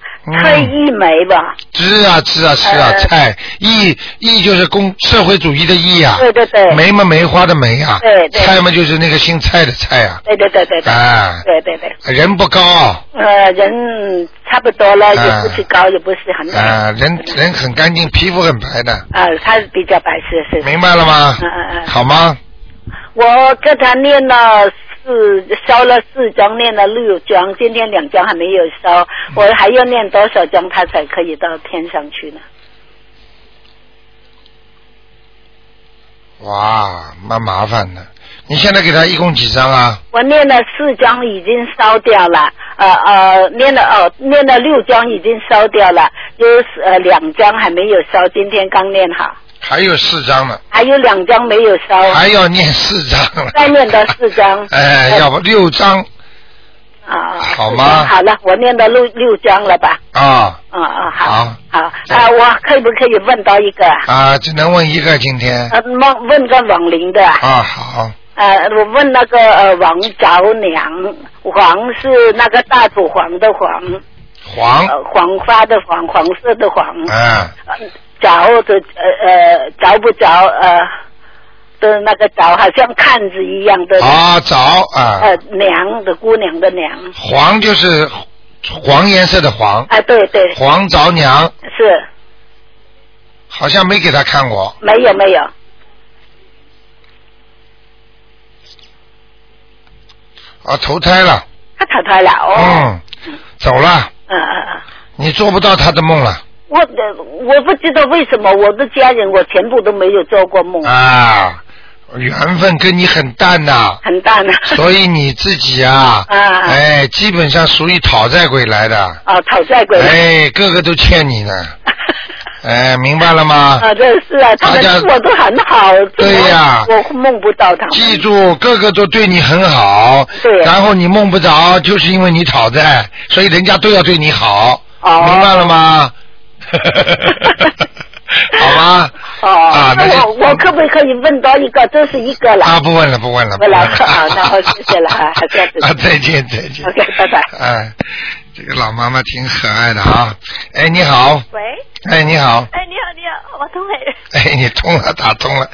蔡一梅吧？
知啊知啊是啊，
呃
菜艺艺就是公社会主义的艺啊，
对对对
梅嘛梅花的梅啊，
对对
菜嘛就是那个姓蔡的蔡啊，
对对对对对。
啊
对对对。
人不高，啊
呃，人差不多了，也不是高，也不是很矮。
啊，人人很干净，皮肤很白的，
啊，他比较白痴，是。
明白了吗
嗯嗯嗯。
好吗？
我跟他念了四，烧了四张，念了六张，今天两张还没有烧，我还要念多少张他才可以到天上去呢？
哇，蛮麻烦的，你现在给他一共几张啊？
我念了四张已经烧掉了，呃呃，念了哦，念了六张已经烧掉了，就是呃两张还没有烧，今天刚念好，
还有四张呢，
还有两张没有烧，
还要念四张了。。
再念到四张
哎，要不六张
哦啊，
好吗
好了，我念到六六张了吧？
啊
啊啊，好
好
好啊，我可不可以问到一个啊？
啊，只能问一个今天
呃，问问个网龄的啊
啊，好
呃，我问那个呃王着娘，黄是那个大土黄的黄，
黄
呃黄花的黄，黄色的黄，
啊，
着的呃呃着不着呃的那个着，好像看子一样的
啊着啊
呃娘的姑娘的娘，
黄就是黄颜色的黄，
啊对对
黄着娘，
是
好像没给他看过，
没有没有
啊，投胎了，
他淘汰了哦，
嗯，走了，
嗯嗯嗯。
你做不到他的梦了
我呃我不知道为什么我的家人我全部都没有做过梦，
啊，缘分跟你很淡呐、
很大呢。
所以你自己啊，
啊
哎，基本上属于讨债鬼来的，
啊，讨债鬼。
哎，个个都欠 你呢，哎，明白了吗？
啊，这是啊，他
大
们
家
对我都很好，怎么
对呀
我梦不到他们。
记住，个个都对你很好，
对
然后你梦不着，就是因为你讨债，所以人家都要对你好，
哦
明白了吗？ 好吗？
哦，
啊那
那我我可不可以问到一个？这是一个了。
啊，不问了，不问了，
不
问
了，
了。
好，那好，谢谢了啊，下次见。
啊，再见，再见。
OK，拜拜。
哎，这个老妈妈挺可爱的啊。哎，你好，
喂，
哎，你好，
哎，你好，你好，我通伟。
哎，你通了，打通了。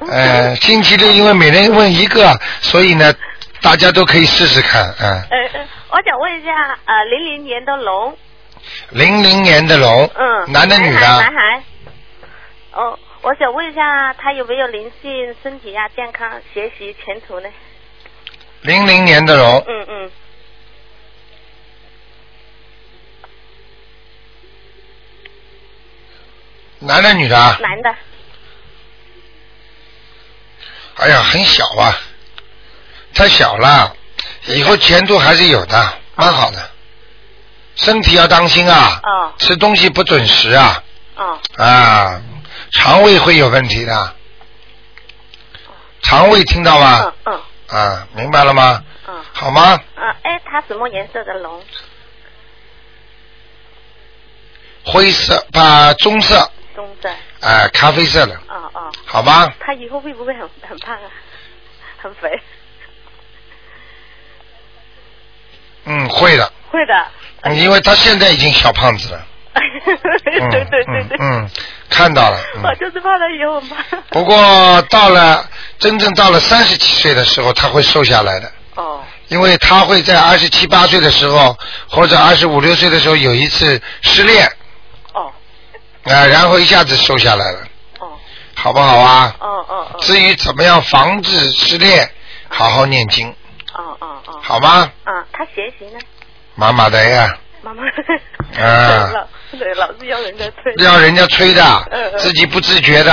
嗯
呃，星期六因为每人问一个，所以呢，大家都可以试试看。 嗯，
呃，呃我想问一下，呃，零零年的龙，
零零年的龙，
嗯，
男的女的
男孩
啊
男孩。哦，我想问一下，他有没有灵性、身体呀、健康、学习、前途呢？
零零年的龙，
嗯嗯，
男的女的啊？
男的。
哎呀，很小啊，太小了，以后前途还是有
哦
的，蛮好的。身体要当心啊，
哦
吃东西不准时啊，
哦
啊，肠胃会有问题的。肠胃听到吗？
嗯嗯
啊，明白了吗？
嗯。
好吗？
啊，哎，他什么颜色的龙？
灰色、把棕色、
棕色。
啊、咖啡色的，
哦哦。
好吧？
他以后会不会很很胖啊？很肥？
嗯，会的，
会的。
嗯因为他现在已经小胖子了。嗯
哎 对对对
嗯
对。
嗯，看到了。嗯
我就是怕他以后很胖。
不过到了真正到了三十几岁的时候，他会瘦下来的。
哦。
因为他会在二十七八岁的时候，或者二十五六岁的时候有一次失恋。哦。啊，然后一下子瘦下来了。哦。好不好啊？
哦哦哦。
至于怎么样防止失恋，好好念经，
哦哦哦。
好吗？
啊，他学习呢？
麻麻的呀，
妈妈。
啊
老对，老是要人家催。
要人家催
嗯
的，
嗯。
自己不自觉的，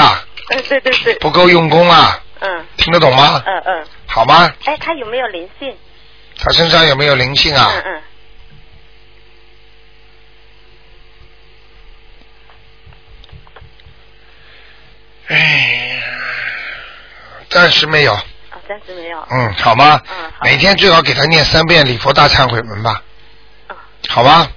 嗯，对对对。
不够用功啊，
嗯。
听得懂吗？
嗯嗯。
好吗？
哎，他有没有灵性？
他身上有没有灵性啊？
嗯嗯。
哎呀，暂时没有。
啊，暂时没有。
嗯，好吗？每天最好给他念三遍礼佛大忏悔文吧。好吧。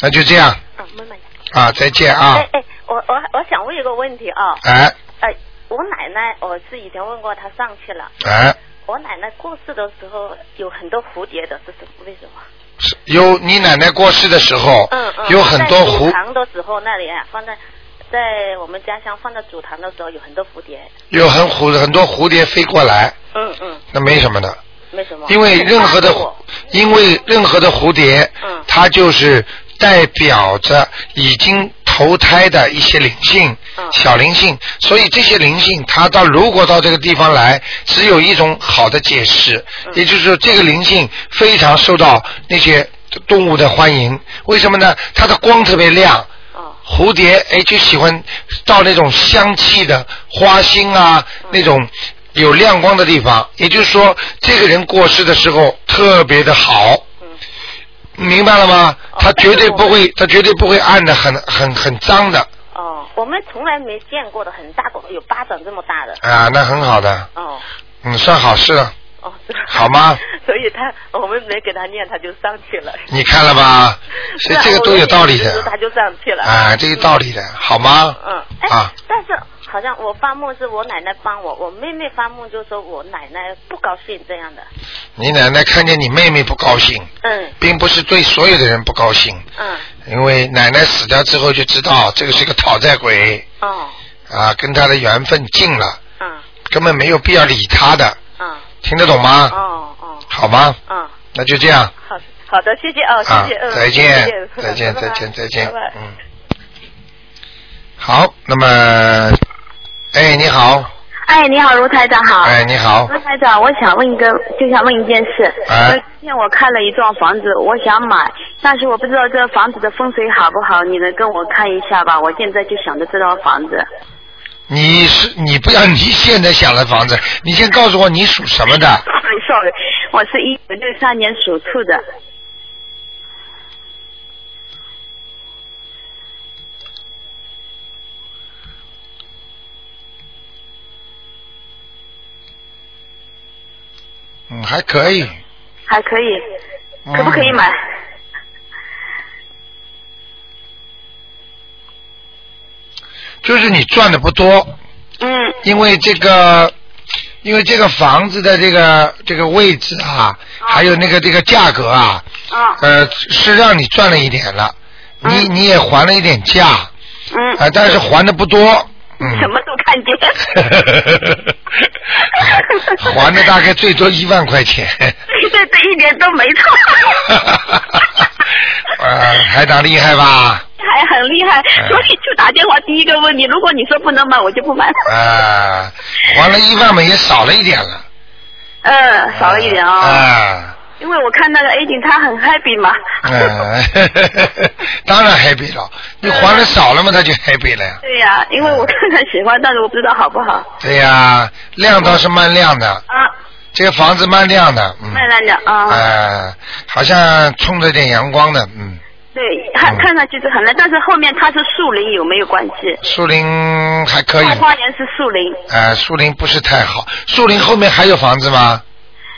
那就这样。
嗯，慢慢。
啊，再见啊
哎！哎，我我我想问一个问题啊。
哎
哎，我奶奶，我是以前问过她上去了。
哎，
我奶奶过世的时候有很多蝴蝶的，这是为什么？
有你奶奶过世的时候，
嗯嗯。
哦有很多
在
蝴
祖堂的时候，那里啊，放在在我们家乡放在祖堂的时候有很多蝴蝶。
有很蝴很多蝴蝶飞过来，
嗯嗯，
那没什么的，
没什么。
因为任何的
很大
因为任何的蝴蝶，它就是代表着已经投胎的一些灵性、小灵性，所以这些灵性它到如果到这个地方来，只有一种好的解释，也就是说这个灵性非常受到那些动物的欢迎，为什么呢？它的光特别亮。蝴
嗯
蝶哎，就喜欢到那种香气的花心啊，那种有亮光的地方，也就是说，这个人过世的时候特别的好。
嗯
明白了吗？
哦
他绝对不会，他绝对不会暗的很很很脏的
哦，我们从来没见过的很大广，有巴掌这么大的。
啊，那很好的，
哦
嗯，算好事了，
哦，是
好 吗？
所以他我们没给他念，他就上去了。
你看了 吧？所以这个都有道理
是啊我们念的时候
的，
他就上去了。
啊，这个道理的，好吗？
嗯，哎、
啊
但是好像我发梦是我奶奶帮我，我妹妹发梦就说我奶奶不高兴这样的。
你奶奶看见你妹妹不高兴，
嗯
并不是对所有的人不高兴，
嗯
因为奶奶死掉之后就知道这个是个讨债鬼
哦
啊，跟她的缘分尽了，
嗯
根本没有必要理她的，
嗯。
听得懂吗？
哦哦
好吗？
嗯，
那就这样，
好好的，谢谢哦，谢谢，
啊
嗯，
再见再见
拜拜
再见再见嗯
拜拜
好，那么，哎，你好，
哎，你好，卢台长好。
哎，你好，
卢台长，我想问一个，就想问一件事。
哎
呃今天我看了一幢房子，我想买，但是我不知道这房子的风水好不好，你能跟我看一下吧？我现在就想着这套房子，
你是你不要你现在想的房子，你先告诉我你属什么 的？
sorry，我哎是一九六三年属兔的，
嗯，还可以，
还可以，
嗯
可不可以买？
就是你赚的不多。
嗯。
因为这个，因为这个房子的这个这个位置啊，还有那个这个价格啊，呃，是让你赚了一点了，你你也还了一点价，啊、
嗯。
但是还的不多，嗯，
什么都看见。
还的大概最多一万块钱，
对对对，一点都没错，
呃，台长厉害吧？
还很厉害，
哎
所以就打电话第一个问你，如果你说不能买，我就不买。
啊、还了一万嘛，也少了一点了，
嗯，少了一点
啊、
哦。因为我看那个 A 景他很 happy 嘛，
嗯， 当然 happy 了，你还的少了嘛，他就 happy 了呀。
对呀、因为我看看喜欢，但是我不知道好不好。
对呀、亮倒是蛮亮的，
啊，
这个房子蛮亮的，嗯，
慢慢的啊，
呃，好像冲着点阳光的，嗯，
对，看看上去是很烂，但是后面它是树林，有没有关系？
树林还可以，
大花园是树林，
呃，树林不是太好，树林后面还有房子吗？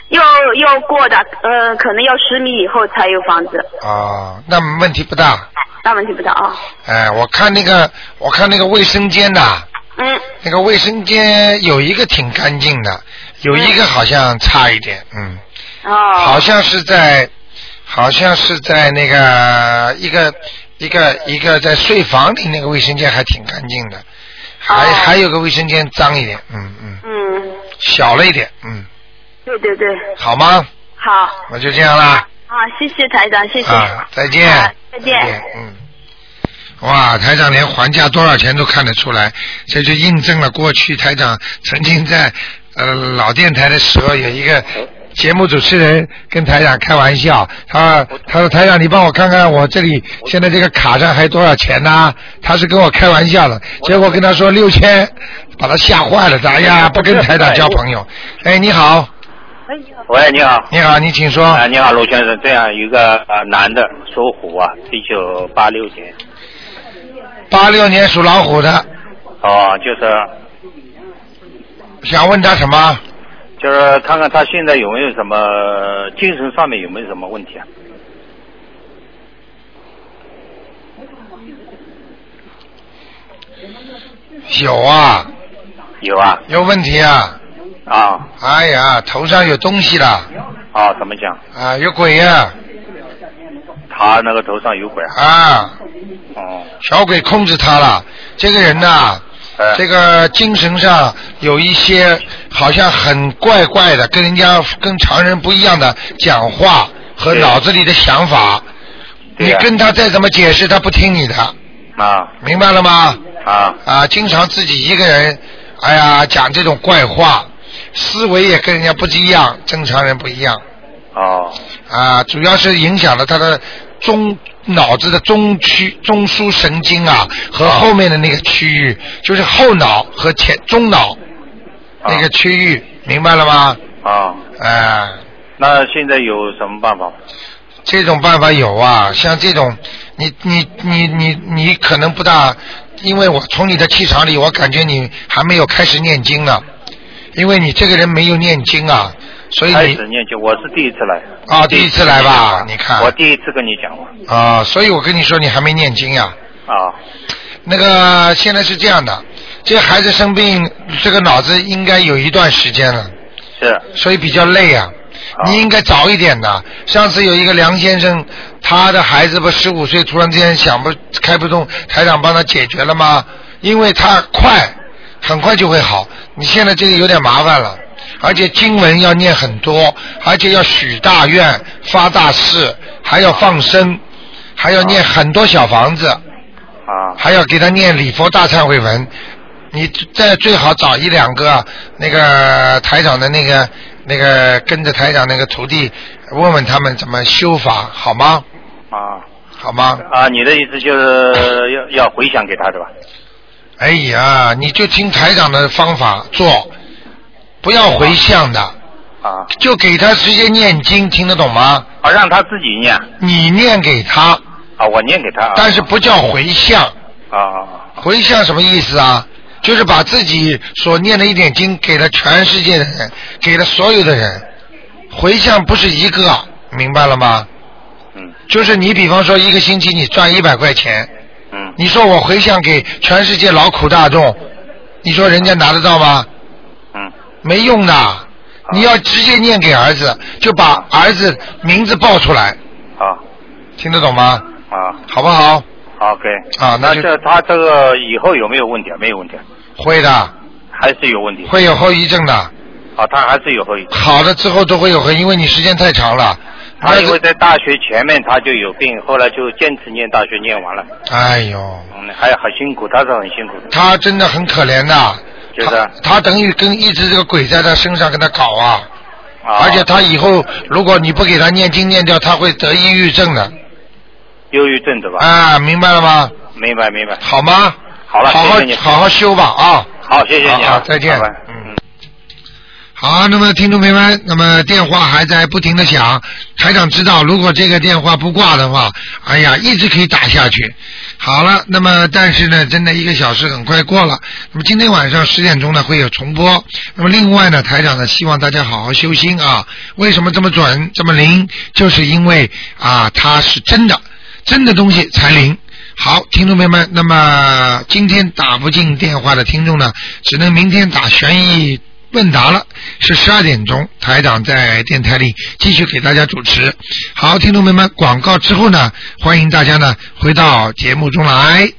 又又过的，呃，可能要十米以后才有房子，
哦，那问题不大，
那问题不大啊。
哎、我看那个，我看那个卫生间呐、
嗯，
那个卫生间有一个挺干净的，有一个好像差一点，嗯。
哦。
好像是在，好像是在那个一个一个一个在睡房里那个卫生间还挺干净的，还、还有个卫生间脏一点，嗯嗯，
哦嗯，
小了一点，嗯，
对对对，
好吗？
好，
那就这样啦，
好，谢谢台长，谢谢，
啊，再见。
啊再见。
嗯。哇，台长连还价多少钱都看得出来，这就印证了过去台长曾经在呃老电台的时候，有一个节目主持人跟台长开玩笑，他他说台长你帮我看看我这里现在这个卡上还多少钱呐、他是跟我开玩笑的，结果跟他说六千，把他吓坏了，他哎呀不跟台长交朋友。哎，你好，
喂，你好。
你好，你请说。
啊，你好，罗先生，这样一个呃男的属虎啊，一九八六年，
八六年属老虎的，
哦，就是
想问他什么？
就是看看他现在有没有什么精神上面有没有什么问题啊？
有啊，
有啊，
有问题啊！
啊
哎呀，头上有东西了
啊，怎么讲？
啊，有鬼呀
他那个头上有鬼啊？
啊
哦，
小鬼控制他了。这个人呐、
哎
这个精神上有一些好像很怪怪的，跟人家跟常人不一样的讲话和
对
脑子里的想法。
对
你
啊呀
跟他再怎么解释，他不听你的，
啊
明白了吗？
啊
啊，经常自己一个人，哎呀，讲这种怪话，思维也跟人家不一样，正常人不一样。
哦
啊，主要是影响了他的中脑子的中区中枢神
哦
经啊和后面的那个区域，就是后脑和前中脑
哦
那个区域，明白了吗？
啊，
哎、
那现在有什么办法？
这种办法有啊，像这种，你你你你你可能不大，因为我从你的气场里，我感觉你还没有开始念经呢，因为你这个人没有念经啊，所以
开
你
始念经，我是第一次来。
啊第一次来吧
第一次
你
啊
看
我第一次跟你讲话
啊，所以我跟你说你还没念经呀、
啊，
那个现在是这样的，这个孩子生病，这个脑子应该有一段时间了，
是
所以比较累啊。你应该早一点的。上次有一个梁先生，他的孩子不十五岁，突然之间想不开不动，台长帮他解决了吗？因为他快，很快就会好。你现在这个有点麻烦了，而且经文要念很多，而且要许大愿、发大誓，还要放生，还要念很多小房子。
啊，
还要给他念礼佛大忏悔文。你再最好找一两个那个台长的那个那个跟着台长那个徒弟，问问他们怎么修法，好吗？
啊
好吗？
啊，你的意思就是要要回想给他对吧？
哎呀，你就听台长的方法做，不要回向的，
啊
就给他直接念经，听得懂吗？
啊，让他自己念
你念给他，
啊，我念给他啊。
但是不叫回向。
啊
回向什么意思啊？就是把自己所念的一点经给了全世界的人，给了所有的人。回向不是一个，明白了吗？
嗯。
就是你比方说一个星期你赚一百块钱，
嗯，
你说我回向给全世界劳苦大众，你说人家拿得到吗？
嗯。啊
没用的，你要直接念给儿子，就把儿子名字报出来，
啊
听得懂吗？
啊
好不好？
，OK。
啊那
那
就
这他这个以后有没有问题啊？没有问题啊，
会的，
还是有问题。
会有后遗症的。
啊，他还是有后遗症。
好的之后都会有痕，因为你时间太长了。
他因为在大学前面他就有病，后来就坚持念大学，念完了，
哎呦，
嗯，还很辛苦，他是很辛苦的，
他真的很可怜的，
就是啊，
他等于跟一直这个鬼在他身上跟他搞啊，而且他以后如果你不给他念经念掉，他会得抑郁症的
忧郁症对吧？
啊，明白了吗？
明白明白，
好吗？
好了，
好好
谢谢你，
好好修吧啊！
好，谢谢你
好
啊
好，再见
拜拜
好，那么听众朋友们，那么电话还在不停的响，台长知道，如果这个电话不挂的话，哎呀，一直可以打下去。好了，那么但是呢，真的一个小时很快过了。那么今天晚上十点钟呢会有重播。那么另外呢，台长呢希望大家好好修心啊。为什么这么准这么灵？就是因为啊，它是真的，真的东西才灵。好，听众朋友们，那么今天打不进电话的听众呢，只能明天打悬疑问答了，是十二点钟，台长在电台里继续给大家主持。好，听众朋友们，广告之后呢，欢迎大家呢回到节目中来。